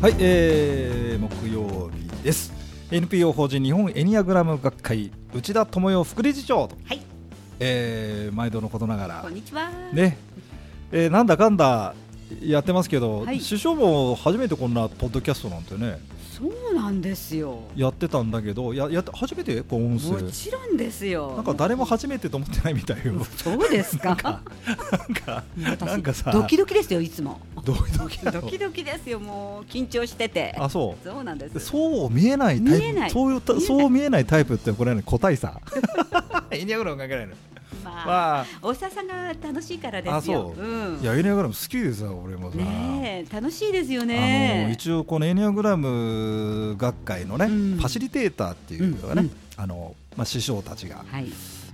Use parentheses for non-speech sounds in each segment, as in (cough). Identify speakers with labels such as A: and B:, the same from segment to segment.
A: はい、えー、木曜日です NPO 法人日本エニアグラム学会内田智代副理事長と、
B: はい
A: えー毎度のことながら
B: こんにちは。
A: ね、えーなんだかんだやってますけど、
B: はい
A: 首相も初めてこんなポッドキャストなんてね
B: そうなんですよ。
A: やってたんだけどややって初めてこう音声
B: もちろんですよ。
A: なんか誰も初めてと思ってないみたいよ
B: そうですか。
A: なんか
B: 私
A: なんかさ
B: ドキドキですよいつも。
A: ドキドキなの
B: ドキドキですよもう緊張してて。
A: あそ
B: そうなんで
A: う
B: す。
A: そう見えないタ
B: 見え
A: イ
B: な
A: プ
B: い
A: そういう
B: 見え
A: た
B: ない
A: そう見えないタイプってこれはね個体 (laughs) 差エニアグラム関係ないの
B: まあ
A: まあ
B: 大沢さんが楽しいからですよ。
A: あそうんい。やエニアグラム好きでさ俺もさ、
B: ねえ楽しいですよ
A: あの
B: ね。
A: 一応このエニアグラム学会のね、
B: うん
A: ファシリテーターっていうのがね、
B: うんうん
A: あのまあ師匠たちが
B: はい。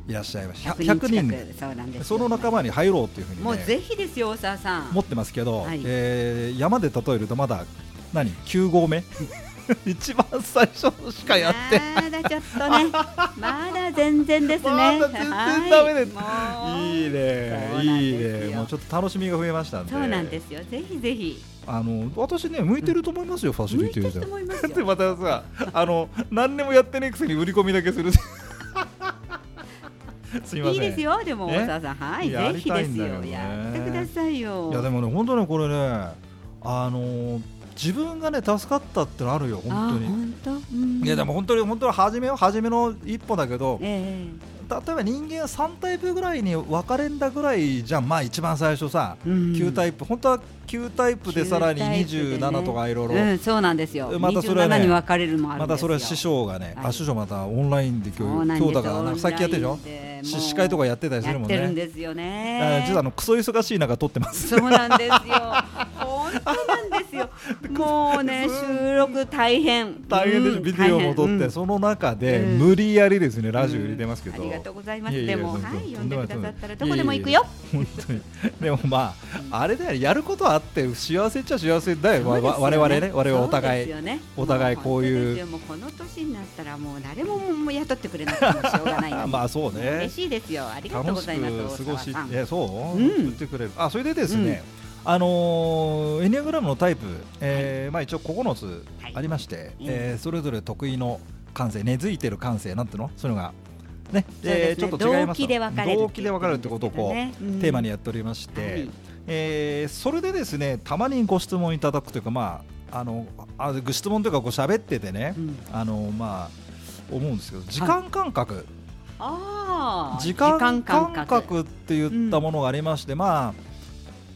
A: いらっしゃいました
B: 百
A: 100
B: 人近
A: 人
B: くそうなんですよ。
A: その仲間に入ろうっていうふうに、ね、
B: もうぜひですよ大沢さん。
A: 持ってますけど、
B: はい
A: えー山で例えるとまだ何9合目 (laughs) 一番最初しかやってない
B: まだちょっとね。まだ全然ですね。
A: (laughs) まだ全然ダメです
B: はいもう
A: いいね
B: そうなん
A: いい
B: です
A: ね
B: よ
A: もうちょっと楽しみが増えましたんで
B: そうなんですよ。ぜひぜひ。
A: あの私ね向いてると思いますよ、ファシ
B: 向
A: リ
B: いて
A: テー
B: る
A: タ
B: と
A: ー
B: 思います
A: だって
B: よ。
A: またさあの何にもやってないくせに売り込みだけ
B: (laughs)
A: するすみません
B: いいですよ。でも
A: ね
B: 大沢さん、はい、
A: や
B: ぜひです
A: やりたいんだけど
B: よ。
A: ね
B: やってくださいよ。
A: いやでもね本当ねこれねあの自分がね助かったってのあるよ
B: あ
A: 本当に
B: 本当。うん
A: いやでも本当に本当に初めは初めの一歩だけど
B: ええ
A: 例えば人間は3タイプぐらいに分かれんだぐらいじゃんまあ一番最初さ、
B: うん
A: 9タイプ本当は9タイプでさらに
B: 旧タイプでね
A: 27とかいろいろ
B: うん、そうなんですよ。
A: またそれはね
B: 27に分かれるのもある
A: ま
B: んで
A: た
B: す
A: そ
B: よ。
A: れは師匠がね、
B: はい
A: あ師匠またオンラインで
B: そ
A: 今
B: う
A: 日
B: なん
A: 今日
B: ですよ。
A: だからなんかさっきやってるでしょ
B: しょ
A: し司会とかやってたりす
B: や
A: るもん
B: ってる
A: ね
B: んですよ
A: あ
B: ね。
A: 実はあのクソ忙しい中撮ってます
B: そうな
A: (laughs)
B: んですよ。本当なんですよ。も
A: (laughs)
B: うね、収録大変。
A: 大変です
B: うん
A: ビデオも撮って、
B: 大変
A: その中で
B: うん
A: 無理やりですね、
B: うん
A: ラジオ入れてますけど、
B: ありがとうございます。
A: いやい
B: で
A: や
B: も、は
A: そ
B: い、
A: うそう
B: 呼んでくださったら、
A: と
B: どこ
A: んで
B: で
A: も
B: も
A: ない
B: 行くよ。
A: 本当にでもまああれだよやることはあって幸せっちゃ幸せだよわわ我々ね我々お互い
B: そうですよね
A: お互いこういう
B: も本当ですよもうこの年になったらもう誰ももう雇ってくれなくてもしょうがないのに
A: (laughs) まあそうね
B: 嬉しいですよありがとう
A: 楽
B: ご
A: し
B: ざいます
A: く過ごし
B: 大沢さん
A: えそう、
B: うん
A: 言ってくれるあそれでですね、あのーエニアグラムのタイプ、えーまあ、一応9つありまして、えーそれぞれ得意の感性根付いてる感性なんていうのそういうのがね
B: そうですね
A: えーちょっと違います
B: 動機で分かれる
A: 動機で分かれるってことをこう、
B: ねうん
A: テーマにやっておりまして、
B: はい
A: えーそれでですねたまにご質問いただくというかまああのあご質問というかこう喋っててね、
B: うん
A: あのまあ思うんですけど時間感覚、
B: あー
A: 時間感覚って言ったものがありまして、まあ、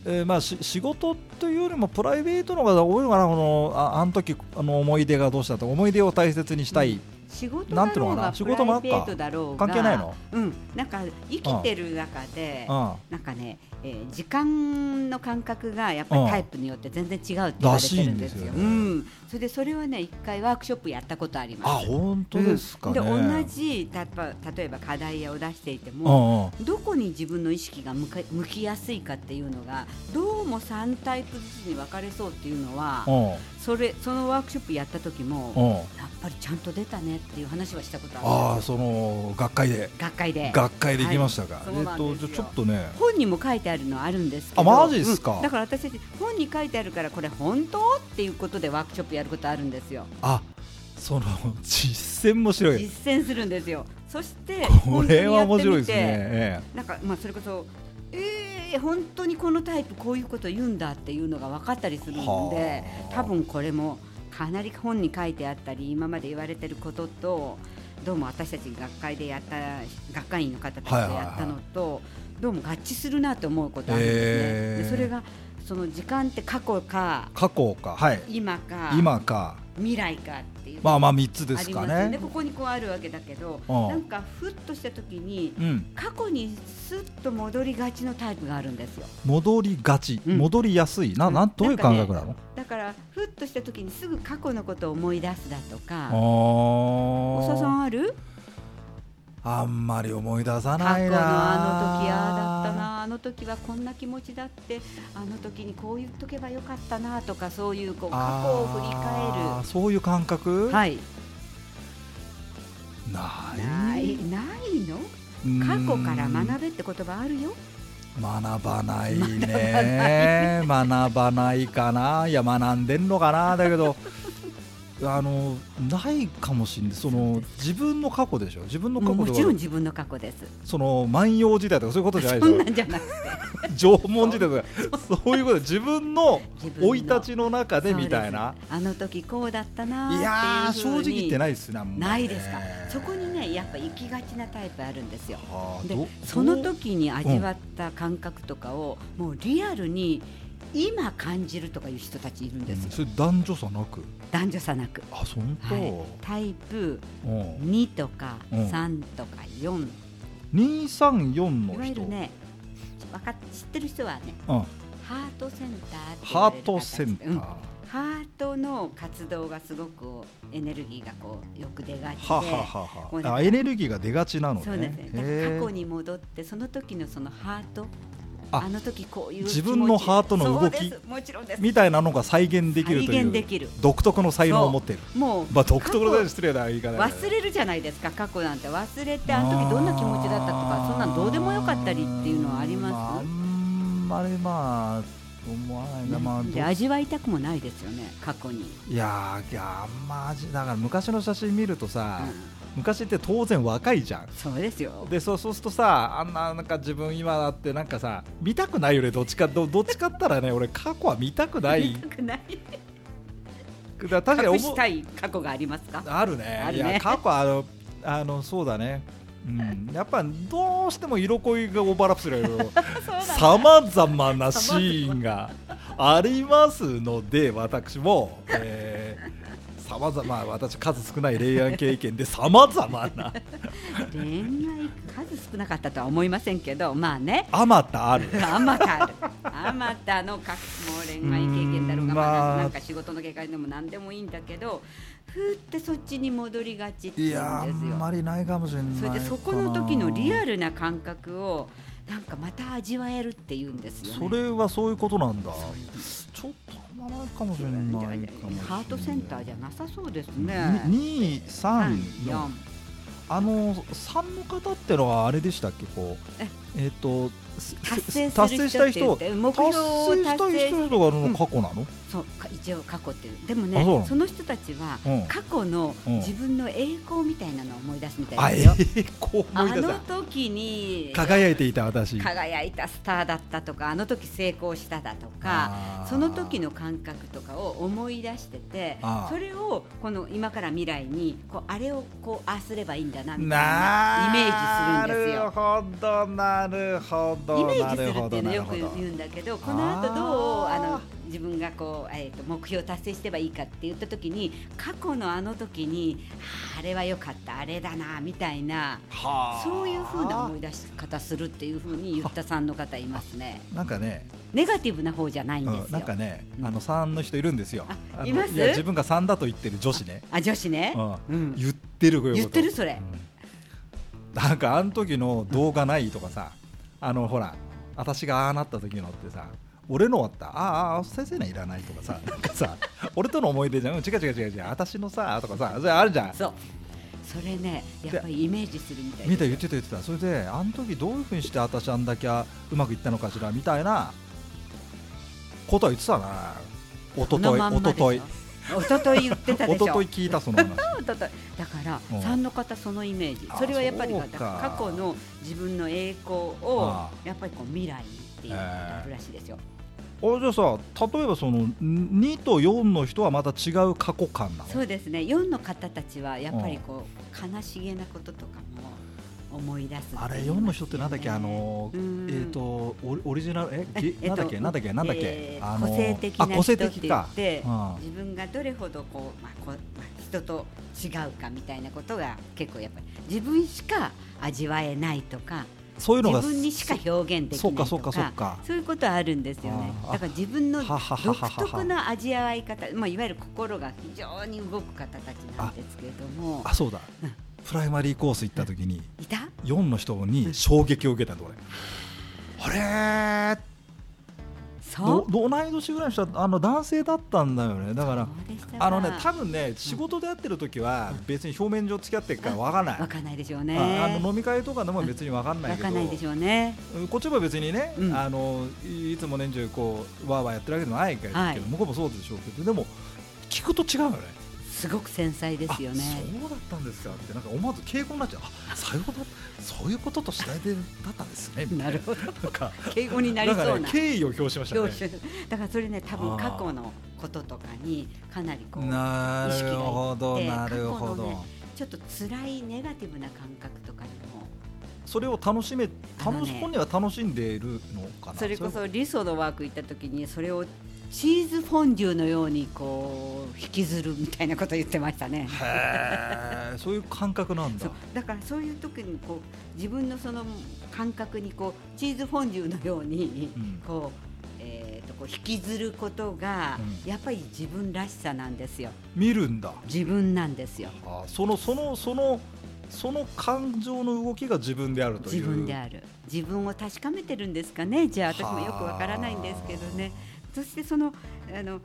A: えーまあ、し仕事というよりもプライベートの方が多いのかなこのああの時あの思い出がどうしたと思い出を大切にしたい、
B: 仕事
A: なん
B: だ
A: ていう
B: ろ
A: の
B: う
A: かな
B: が
A: 仕
B: プ
A: 事もあっ
B: ライ
A: か
B: ベートだろうが
A: 関係ないの
B: うんなんか生きてる中で
A: うん、
B: なんかね、えー時間の感覚がやっぱりタイプによって全然違うって言われてるんですよ。
A: らしいんですよ
B: う
A: ね
B: ん、それでそれはね一回ワークショップやったことあり
A: あ
B: ます。
A: 本当ですかね、
B: うんで同じたば例えば課題を出していて
A: う
B: も、
A: んうん
B: どこに自分の意識が向か向きやすいかっていうのがどうも3タイプずつに分かれそうっていうのは
A: うん
B: それそのワークショップやった時
A: う
B: も
A: ん
B: やっぱりちゃんと出たねっていう話はしたことあ
A: ああその学会で
B: る学会で
A: 学会で行きましたか、
B: はいそうなんですよ
A: えっとじゃあちょっとね
B: 本にも書いてあるのあるんですけど
A: あマジっすか
B: うんだから私たち本に書いてあるからこれ本当っていうことでワークショップやることあるんですよ
A: あその実践も白い
B: 実践するんですよそして
A: これは面白いですね、
B: 本当にやってみて
A: え
B: なんかまあそれこそえー、本当にこのタイプこういうこと言うんだっていうのが分かったりするんで
A: はあ
B: 多分これもかなり本に書いてあったり今まで言われてることとどうも私たち学会でやった学会員の方たちでやったのと、どうも合致するなと思うことあるんですね。
A: へー
B: でそれがその時間って過去か
A: え過去かはい
B: 今か
A: 今か
B: 未来かっていうのが
A: まあまあ3つで
B: あ
A: す
B: りま
A: か
B: すよね
A: ね
B: ここにこうあるわけだけど、
A: うん
B: なんかふっとした時に
A: うん、
B: 過去にすっと戻りがちのタイプがあるんですよ
A: 戻りがち、
B: うん
A: 戻りやすいななんどういう感覚なの
B: んかねだからふっとした時にすぐ過去のことを思い出すだと
A: あ
B: かおささ
A: ー
B: んある
A: あんまり思い出さ
B: 過去の
A: ないな
B: あの時ああだったなあの時はこんな気持ちだってあの時にこう言っとけばよかったなとかそういうこう過去を振り
A: あー
B: 返
A: そういう感覚、
B: るはい
A: ない
B: ないないの
A: うーん
B: 過去から学べって言葉あるよ
A: 学ばないね学ばないかないや学んでんのかなだけ
B: (laughs)
A: どあのないかもしれないその自分の過去でしょ自分の過去
B: もちろん自分の過去です
A: その万葉時代とかそういうことじゃない
B: そ
A: でし
B: ん
A: ょ
B: なんじゃなくて
A: 縄文時代とかそういうことで自分の
B: 自分の
A: 生い立ちの中でみたいな
B: そうですあの時こうだったなーって
A: い
B: いう
A: やー正直言って
B: い
A: ないですねあんまりね
B: ないですかそこにねやっぱ行きがちなタイプあるんですよ
A: あー
B: で
A: ど
B: その時に味わった感覚とかを、もうリアルに今感じるとかいう人たちいるん
A: う
B: で
A: ん
B: すよ、
A: それ男女差なく
B: 男女差なく、
A: あそんと、
B: はい、タイプ
A: うん
B: 2とか
A: うん
B: 3とか4、
A: 234
B: い
A: の
B: わゆ
A: 人
B: るねわかっ知ってる人はね
A: うん、
B: ハートセンターって言
A: ハ
B: われ
A: ー
B: る
A: トセンター、
B: うん
A: は
B: ハートの活動がすごくエネルギーがこうよく出がちで
A: はは
B: もう
A: は
B: なんか
A: あエネルギーが出がちなのね
B: そうですねだから
A: へー
B: 過去に戻ってその時のそのハート
A: あ
B: あの時こういう気持ち
A: 自分のハートの動き
B: そうですもちろんです
A: みたいなのが再現できると
B: 再現
A: い
B: で
A: う
B: きる
A: 独特の才能を持っている
B: もう
A: まあ独特の才能
B: 過去
A: 失礼な言い方だけど
B: 忘れるじゃないですか過去なんて忘れてあの時どんな気持ちだったと
A: あ
B: か
A: ー
B: そんなんどうでもよかったりっていうのはあり
A: あ
B: ま
A: んまりまあ思わない
B: す
A: な、まあ、ど
B: で味わいたくもないですよね過去に、
A: いやーいやーあんま味だから昔の写真見るとさ、
B: う
A: 昔って当然若いじゃん
B: ん、そうですよ
A: でそうそうするとさあんななんか自分今だってなんかさ見たくないよねどっちかどどっちかったらね俺過去は見たくない
B: (laughs) 見たくない
A: だから確かに
B: 隠
A: 思
B: し
A: う
B: たい過去がありますか
A: あるね
B: ある
A: い
B: ね
A: や過去あのあのそうだねうん、やっぱどうしても色恋がオーバーラップす
B: (laughs)
A: るよさまざまなシーンがありますので私もさまざま私数少ない恋愛経験でさまざまな
B: 恋愛数少なかったとは思いませんけどまあね
A: あまたある
B: あまたあるあまたのかもう恋愛経験だろうが
A: うん
B: まあ
A: まあ
B: なんか仕事の経験でも何でもいいんだけどふーってそっちに戻りがちって
A: い
B: いうんですよ
A: やあんまりないかもしれない
B: それでそこの時のリア
A: ル
B: ルな感覚をなんかまた味わえるっていうんですよね
A: それはそういうことなんだちょっとあんまないかもしれないかもしれない
B: ハートセンターじゃなさそうですね
A: 2、3の
B: 四
A: あの3の方ってのはあれでしたっけこう
B: え
A: えっ、とす
B: 達
A: 達
B: 成
A: 成
B: し
A: したた
B: い
A: い
B: 人
A: 人
B: って目標
A: 達
B: を
A: 成し
B: 達
A: た
B: 成
A: い
B: し
A: 人がの過去なの、
B: そうか一応過去っていうで
A: あそうな
B: もね
A: の
B: その人たちは
A: うん
B: 過去の
A: うん
B: 自分の栄光みたいなのを思い出すみた
A: あ
B: い
A: え
B: ですよ、
A: ー、こう
B: あ
A: 思い出し
B: の
A: た
B: 時に
A: 輝いていた私
B: 輝いたスターだったとかあの時成功しただとか
A: あー
B: その時の感覚とかを思い出してて
A: あー
B: それをこの今から未来にこうあれをこうああすればいいんだなみたい
A: な
B: なイメージするんですよ。
A: なるほど
B: イ
A: な
B: メ
A: るほど
B: ージするっていうの
A: な
B: よ
A: ほ
B: く
A: ど
B: 言うんだけどこの後どう
A: あー
B: あの自分がこう、えー、と目標を達成してばいいかって言った時に過去のあの時にあーあれは良かったあれだなみたいな
A: はあ
B: そういうふうな思い出し方するっていうふうに言ったさんの方いますね
A: なんかね、
B: ネガティブな方じゃないんですよ、
A: うん、なんかね、
B: うん
A: あの三の人いるんですよ
B: あ。
A: あの
B: います
A: や自分が三だと言ってる女子ね。
B: あ女子ね、
A: う
B: うん
A: 言ってるこういうこと
B: 言ってるそれ
A: うんなんかあの時の動画ないとかさ、あのほら私がああなった時のってさ俺のあったあーあー先生のいらないとかさなんかさ俺との思い出じゃんうん違う違う違う違う私のさとかさそれあるじゃん
B: そうそれねやっぱりイメージするみたい
A: み
B: で
A: たいな言ってた言ってたそれであの時どういうふうにして私あんだけあうまくいったのかしらみたいなことは言ってたな一
B: こ
A: 昨
B: の
A: 日
B: まん
A: 一
B: までしょ
A: 昨日
B: 一昨日言ってたでし
A: 一
B: ょ
A: 昨日聞いたその話
B: だっただから
A: うん
B: 3の方そのイメージ
A: あ
B: それはやっぱり
A: そう
B: だ
A: か
B: から過去の自分の栄光を
A: あ
B: やっぱりこう未来っていうのがあるらしいですよ、
A: あじゃあさ例えばその2と4の人はまた違う過去感なの
B: そうですね4の方たちはやっぱりこう悲しげなこととかも思い出すっていう
A: あれ4の人ってなんだっけあの
B: う
A: え
B: ん
A: ーとオリオリジナルえげ
B: (laughs) えっ
A: なん
B: と
A: だっけなんだっけなんだっけ
B: えー
A: あの
B: 個性的
A: あ
B: な
A: 個
B: 人
A: 性
B: って
A: 的
B: 言
A: か
B: って
A: うん
B: 自分がどれほどこう、まあ、こうまあ人と違うかみたいなことが結構やっぱり自分しか味わえないとか
A: そういうのが
B: 自分にしか表現できないとか
A: そうかそうかそうか
B: そういうことあるんですよね
A: あーあ
B: だから自分の
A: は
B: 独
A: はははは
B: 特な味わい方、まあ、いわゆる心が非常に動く方たちなんですけれども
A: あそうだプライマリーコース行った時に
B: いた
A: 4の人に衝撃を受けたんだ俺あれー
B: そう
A: 同い年ぐらいの人はあの男性だったんだよねだからあのね多分ね仕事で会ってる時は別に表面上付き合ってるから分からない
B: 分かんないでしょうね
A: ああの飲み会とかでも別に分かんないけど
B: 分かんないでしょうね
A: こっちも別にね、
B: うん
A: あのいつも年中こうわーわーやってるわけでもないけど、
B: はい
A: 向こうもそうでしょうけどでも聞くと違うよね
B: すごく繊細ですよね
A: あそうだったんですかってなんか思わず敬語になっちゃうあさようなそういうことと次第でだったんですねみた
B: ないるほど
A: ななんか
B: 敬語になりそう
A: なん
B: な
A: かね敬意を表しました
B: 教
A: ね
B: 習だからそれね多分過去のこととかにかなりこう
A: な
B: る
A: るほ
B: ほど
A: ど、な
B: な
A: る
B: る
A: ほ
B: ほど
A: ど。
B: ちょっと辛いネガティブな感覚とかにも
A: それを楽しめ、
B: あの
A: 楽
B: ね
A: し本人は楽しんでいるのかな。
B: それこそ
A: ういう
B: リソのワーク行った時にそれをチーズフォンデュのようにこう引きずるみたいなこと言ってましたね。
A: と。へーそういう感覚なんだ
B: そう。だからそういう時にこう自分のその感覚にこうチーズフォンデュのように
A: うん
B: こう、えーとこう引きずることが
A: うん
B: やっぱり自分らしさなんですよ
A: 見るんだ。
B: 自分なんですよ
A: あー、その、その、その。その感情の動きが自分であるという。
B: 自分である自分を確かめてるんですかねじゃあ私もよくわからないんですけどねそしてそのあの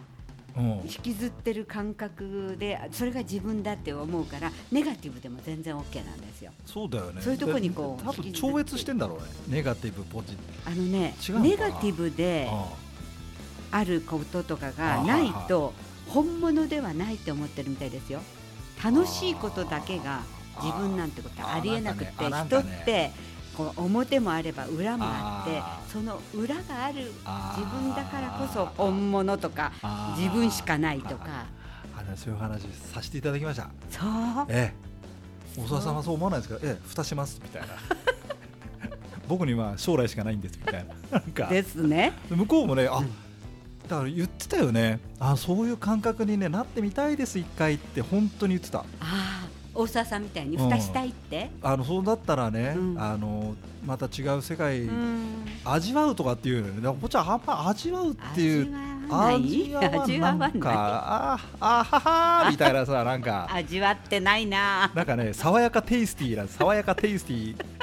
A: うん
B: 引きずってる感覚でそれが自分だって思うからネガティブでも全然 OK なんですよ
A: そうだよね。
B: そういうとこにこう
A: で多分超越してんだろうね。ネガティブポジ。
B: あのね
A: 違うのかな
B: ネガティブで
A: あ
B: あることとかがないと本物ではないって思ってるみたいですよ楽しいことだけが
A: あー
B: 自分なんてことはありえなくって
A: あーなん
B: 人
A: か
B: っ
A: ね
B: てこう表もあれば裏もあって
A: あー
B: その裏がある
A: あー
B: 自分だからこそ本物とか
A: あー
B: 自分しかないとか
A: ー。あの、そういう話させていただきました。
B: そう
A: ええ、大沢さんはそう思わないですか、ええ、蓋しますみ
B: (laughs)
A: たいな。僕には将来しかないんですみたいな、なんか、
B: ですね
A: 向こうもね、あ、
B: うん
A: だから言ってたよね。あ、そういう感覚にね、なってみたいです一回って本当に言ってた。
B: ああ大沢さんみたいに蓋したいって、
A: あの、そうだったらね、
B: うん
A: あの、また違う世界。
B: うん、
A: 味わうとかっていうのよね、だからこっちはあんま味わうっていう。
B: 味わわない
A: 味
B: 味
A: わ
B: わ
A: な
B: わ
A: ん
B: ない
A: か、あ、あははみたいなさ、なんか。
B: (laughs) 味わってないな
A: なんかね、爽やかテイスティーな、爽やかテイスティー。 (laughs)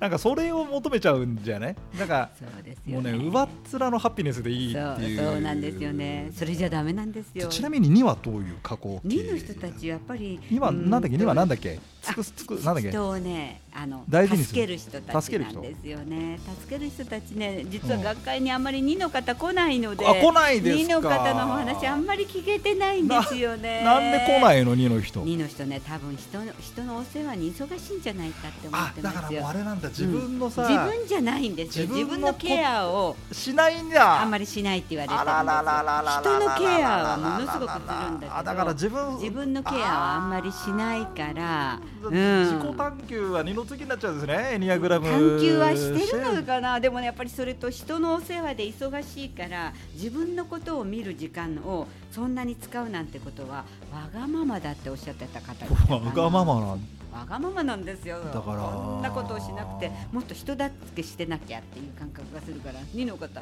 A: なんかそれを求めちゃうんじゃないなんか、
B: そうです
A: もう
B: よ
A: ね、
B: ね
A: 上っ面のハピネスでいいっていう。
B: そうそうなんですよねそれじゃダメなんですよ
A: ちなみに2はどういう加工系
B: 2の人たちやっぱり
A: 2はなんだっけ2はなん
B: だ
A: だっけつくすつくなんだっけ
B: 人をねあの
A: 大事にす
B: 助け
A: る
B: る人た
A: 助ける
B: ちな
A: 人
B: んですよね助ける人たちね実は
A: うん
B: 学会にあんまり2の方来ないので、
A: あ来ないです
B: 2
A: か
B: の方のお話あんまり聞けてないんですよね
A: なんで来ないの2の人
B: 2の人ね多分人の人のお世話に忙しいんじゃないかって思っ
A: あ
B: て
A: だか
B: ま
A: らも
B: す
A: う
B: よ
A: あれなんだ自分の
B: 自
A: さ
B: 分じゃないんですよ
A: 自
B: 自
A: 分
B: 分
A: の
B: の
A: こ
B: ケアを
A: しないんだ
B: あんまりしないって言われてる
A: あらららららら
B: んですよ人のケアはものすごくするんだけど
A: あだから自分
B: 自分のケアはあんまりしないから、
A: 自
B: うん
A: 己、探求は二の次になっちゃうんですね、エニアグラム。
B: 探求はしてるのかなでもねやっぱりそれと人のお世話で忙しいから自分のことを見る時間をそんなに使うなんてことはわがままだっておっしゃってた方がいたか
A: わ
B: な
A: がままなん
B: わがままなんですよ
A: だから
B: そんなことをしなくてもっと人助けしてなきゃっていう感覚がするから2の方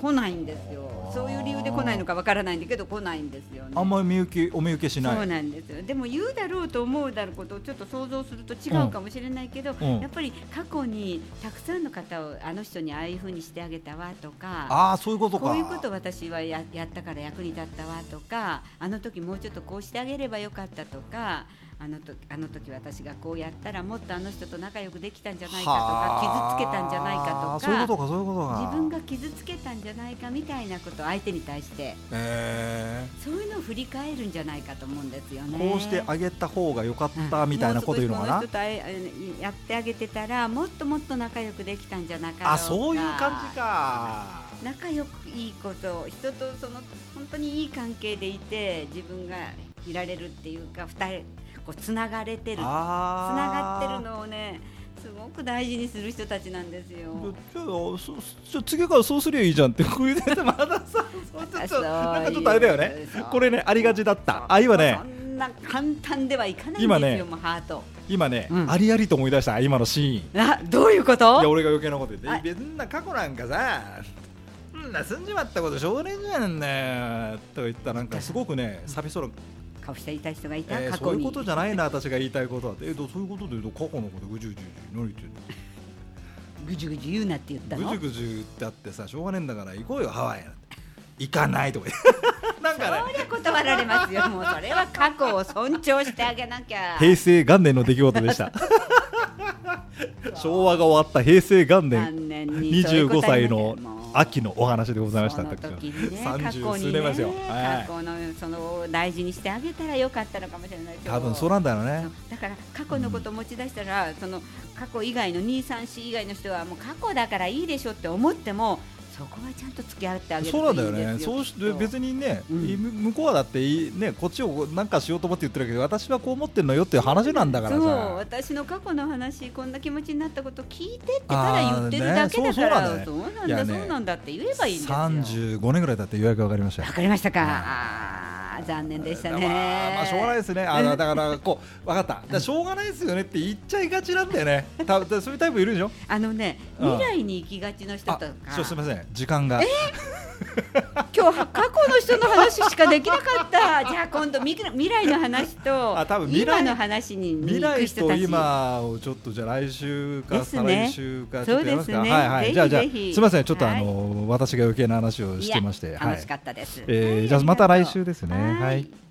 B: 来ないんですよ
A: あー
B: そういう理由で来ないのかわからないんだけど来ないんですよね
A: あんまり見受けお見受けし
B: そ
A: な
B: う
A: い。
B: なんですよでも言うだろうと思うだろうことをちょっと想像すると違うかもしれないけど、
A: うん
B: やっぱり過去にたくさんの方をあの人にああいうふうにしてあげたわとか
A: ああそういうことか。
B: こういうこと私はややったから役に立ったわとかあの時もうちょっとこうしてあげればよかったとかあの時あの時私がこうやったらもっとあの人と仲良くできたんじゃないかと
A: は
B: か
A: あ
B: 傷つけたんじゃないかと
A: そういう
B: か
A: ことかそういうことか。
B: 自分が傷つけたんじゃないかみたいなことを相手に対して
A: え
B: そういうのを振り返るんじゃないかと思うんですよ
A: ー
B: ね。
A: こうしてあげた方が良かった
B: うん
A: みたいなこと言うのかな
B: もう少しこの人。とあえあのやってあげてたらもっともっと仲良くできたんじゃなかろうか
A: あそういう感じか。
B: 仲良くいいこと人とその本当にいい関係でいて自分がいられるっていうか二人こうつながれてるつな
A: あ
B: が
A: あ。
B: ってる。のをねすごく大事にする人たちなんですよ。
A: じゃあそじゃあ次からそうすりゃいいじゃんってこういうねまださそうちょっとなんかちょっとあれだよね
B: そういう
A: これねありがちだった愛はね
B: そんな簡単ではいかないん
A: 今
B: です
A: ね
B: よ、もうハート。
A: 今ね、
B: うん
A: ありありと思い出した今のシーン
B: あどういうこと
A: いや俺が余計なこと言っ
B: は
A: て
B: い
A: 別にな過去なんかさそんな済んじまったことしょうがねえじゃんねと言ったらなんかすごくね寂しそうな、
B: 顔していた人がいた、
A: えー
B: 過
A: そ
B: 去
A: ういう
B: に
A: ことじゃないな私が言いたいことはってえどそういうことでど過去のことぐじゅうじゅうじゅう何言ってんの
B: ぐじゅぐじゅ言うなって言った
A: ぐ
B: の
A: じゅぐじゅってあってさしょうがねえんだから行こうよハワイなんて行かないとか言って (laughs) なん
B: そり
A: かね
B: ゃ断られますよもうそれは過去を尊重してあげなきゃ
A: 平成元年の出来事で
B: (laughs)
A: した昭和が終わった平成元年
B: 残念にそういう
A: 25
B: ことに
A: 歳
B: な
A: の
B: るもう
A: 秋のお話でございました
B: その時にね、
A: 私は30
B: 過去
A: 数年
B: にね、
A: 前ですよはい
B: 過去のその大事にしてあげたらよかったのかもしれないけど。
A: 多分そうなんだよ
B: そ
A: ね
B: うだから過去のこと持ち出したら、その過去以外の2、3、4以外の人はもう過去だからいいでしょって思ってもそこはちゃんと付き合ってあげる
A: そ
B: というい
A: なんん
B: で
A: だ
B: す
A: よね
B: よ
A: そうして別にね、
B: うん
A: い向こうはだっていいねこっちをなんかしようと思って言ってるけど私はこう思ってんのよっていう話なんだから
B: そう
A: さ
B: 私の過去の話こんな気持ちになったこと聞いてってただ言ってるだけだか
A: あー
B: ら、
A: ねそ
B: そう
A: う
B: なん
A: い
B: だ
A: や
B: そ
A: ね
B: うなんだって言えばいいんですよ
A: 35年ぐらいだってようやく分かりましたよ
B: わかりましたか、あー残念でしたね、
A: まあ、まあしょうがないですねあのだからこう分かっただからしょうがないですよねって言っちゃいがちなんだよねただそういうタイプいるでしょ
B: あのね、
A: うん
B: 未来に行きがちの人
A: あ
B: とか、
A: ちょすみません時間が
B: 今日は過去の人の話しかできなかった。 (laughs) じゃあ今度未来未来の話と
A: あ多分未来
B: 今の話に
A: 未
B: 行く
A: 来
B: 人
A: と
B: たち。
A: 今をちょっとじゃあ来週
B: で
A: か
B: す
A: 再
B: ね
A: 来週かちょっとやりますか
B: そうですね
A: はいは
B: ぜ
A: い
B: ひ
A: じゃあじゃあ
B: ぜ
A: す
B: ひ
A: みませんちょっとあの、私が余計な話をしてまして
B: いや
A: はい
B: 楽しかったです。
A: え
B: は
A: ー
B: い
A: じゃあまた来週ですね
B: ありがとう
A: は
B: はいい